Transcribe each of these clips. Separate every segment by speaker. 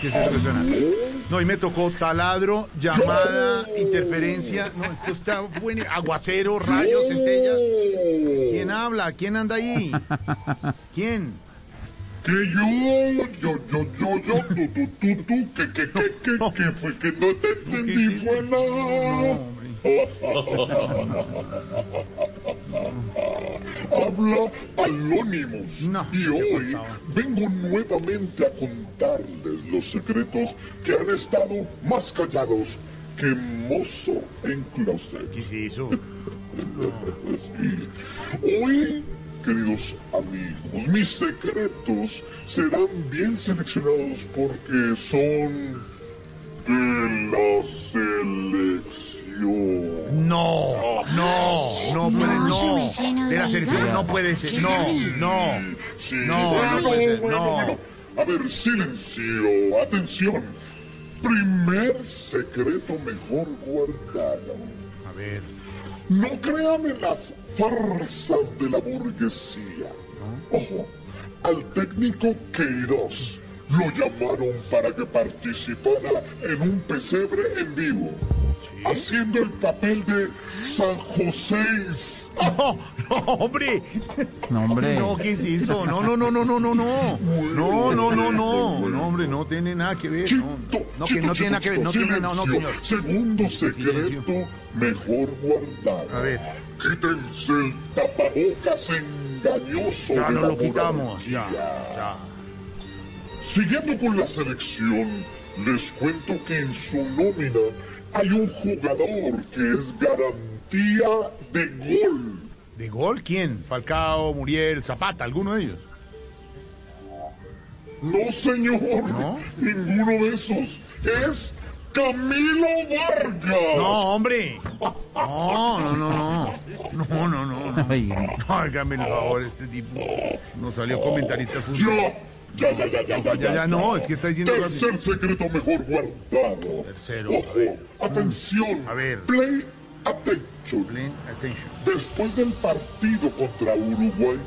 Speaker 1: ¿Qué es eso que suena? No, y me tocó taladro, llamada, interferencia. No, esto está bueno. Aguacero, rayos, centella. ¿Quién habla? ¿Quién anda ahí? ¿Quién?
Speaker 2: Que yo, yo, yo, yo, yo, tú, tú, tú, tú, que, que, que, que, que fue que no te entendí, fue nada. Habla Anonymous
Speaker 1: No,
Speaker 2: y hoy vengo nuevamente a contarles los secretos que han estado más callados que mozo en closet.
Speaker 1: ¿Qué es eso?
Speaker 2: Hoy, queridos amigos, mis secretos serán bien seleccionados porque son de la selección.
Speaker 1: No, no, no puede no. De las selecciones no puede ser. No, no.
Speaker 2: Sí,
Speaker 1: No,
Speaker 2: bueno,
Speaker 1: no puede ser,
Speaker 2: bueno,
Speaker 1: no.
Speaker 2: bueno. A ver, silencio, atención. Primer secreto mejor guardado.
Speaker 1: A ver.
Speaker 2: No crean en las farsas de la burguesía. Ojo, al técnico Queiroz lo llamaron para que participara en un pesebre en vivo, haciendo el papel de San José.
Speaker 1: No, no, hombre.
Speaker 3: No, hombre.
Speaker 1: No, ¿qué es eso? No, no, no, no, no, no, no. No, no, no, no. No, hombre, no tiene nada que ver. No,
Speaker 2: Chito,
Speaker 1: no, que no
Speaker 2: chito,
Speaker 1: tiene nada que ver. No
Speaker 2: chito,
Speaker 1: tiene, no, no,
Speaker 2: silencio.
Speaker 1: señor.
Speaker 2: Segundo secreto
Speaker 1: Silencio.
Speaker 2: mejor guardado.
Speaker 1: A ver.
Speaker 2: Quítense el tapabocas engañoso.
Speaker 1: Ya
Speaker 2: de
Speaker 1: no
Speaker 2: la
Speaker 1: lo quitamos. Ya,
Speaker 2: burocracia.
Speaker 1: ya.
Speaker 2: Siguiendo con la selección, les cuento que en su nómina hay un jugador que es garantía de gol.
Speaker 1: ¿De gol quién? Falcao, Muriel, Zapata, alguno de ellos.
Speaker 2: No, señor,
Speaker 1: ¿No?
Speaker 2: ninguno de esos. Es Camilo Vargas.
Speaker 1: No, hombre. No, no, no, no. No, no, no. no.
Speaker 3: Ay,
Speaker 1: No, hágame el favor, este tipo no salió comentarista fútbol.
Speaker 2: Ya, ya, ya, ya, ya, ya,
Speaker 1: Ya, ya, no, es que está diciendo...
Speaker 2: Tercer secreto mejor guardado.
Speaker 1: Tercero, a
Speaker 2: Ojo, atención.
Speaker 1: A ver.
Speaker 2: Play attention.
Speaker 1: Play attention.
Speaker 2: Después del partido contra Uruguay,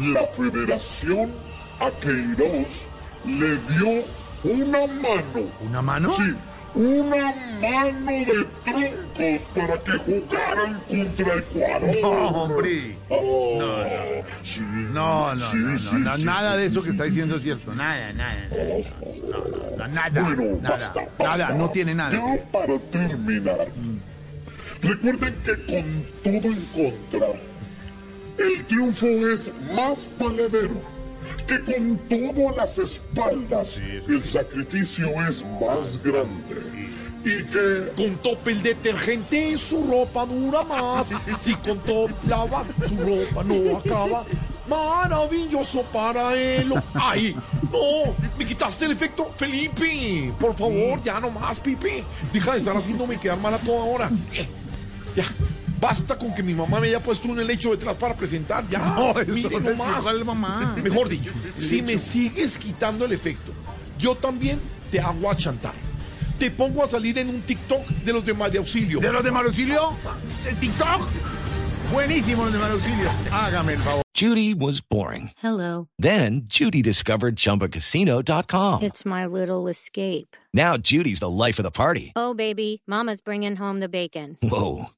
Speaker 2: la federación a Queiroz le dio una mano.
Speaker 1: ¿Una mano?
Speaker 2: Sí, una mano de troncos para que jugaran contra Ecuador.
Speaker 1: No, hombre.
Speaker 2: Oh, sí,
Speaker 1: No, no,
Speaker 2: sí,
Speaker 1: no, no,
Speaker 2: sí,
Speaker 1: no,
Speaker 2: sí,
Speaker 1: nada
Speaker 2: sí,
Speaker 1: de eso que
Speaker 2: sí,
Speaker 1: está
Speaker 2: sí,
Speaker 1: diciendo es
Speaker 2: sí,
Speaker 1: cierto. Nada, nada, nada, no, no, nada,
Speaker 2: Bueno,
Speaker 1: nada,
Speaker 2: basta,
Speaker 1: nada,
Speaker 2: basta.
Speaker 1: no tiene nada.
Speaker 2: Ya para terminar, recuerden que con todo en contra, el triunfo es más valedero. Que con todo a las espaldas, el sacrificio es más grande. Y que
Speaker 4: Con top el detergente, su ropa dura más. Si con top lava, su ropa no acaba. Maravilloso para él. ¡Ay! ¡No! ¡Me quitaste el efecto, Felipe! Por favor, ya no más, Pipe. Deja de estar haciéndome quedar mal a toda hora. Eh, Ya. Basta con que mi mamá me haya puesto un helecho detrás para presentar. Ya.
Speaker 1: No, eso
Speaker 4: Mire
Speaker 1: no es
Speaker 4: nomás.
Speaker 1: igual, mamá.
Speaker 4: Mejor dicho, si me sigues quitando el efecto, yo también te hago a chantar. Te pongo a salir en un TikTok de los de María Auxilio.
Speaker 1: ¿De los de Marauxilio? ¿De TikTok? Buenísimo los de Marauxilio. Hágame el favor.
Speaker 5: Judy was boring.
Speaker 6: Hello,
Speaker 5: Then Judy discovered ChumbaCasino.com.
Speaker 6: it's my little escape.
Speaker 5: Now Judy's the life of the party.
Speaker 6: Oh, baby, Mama's bringing home the bacon.
Speaker 5: Whoa,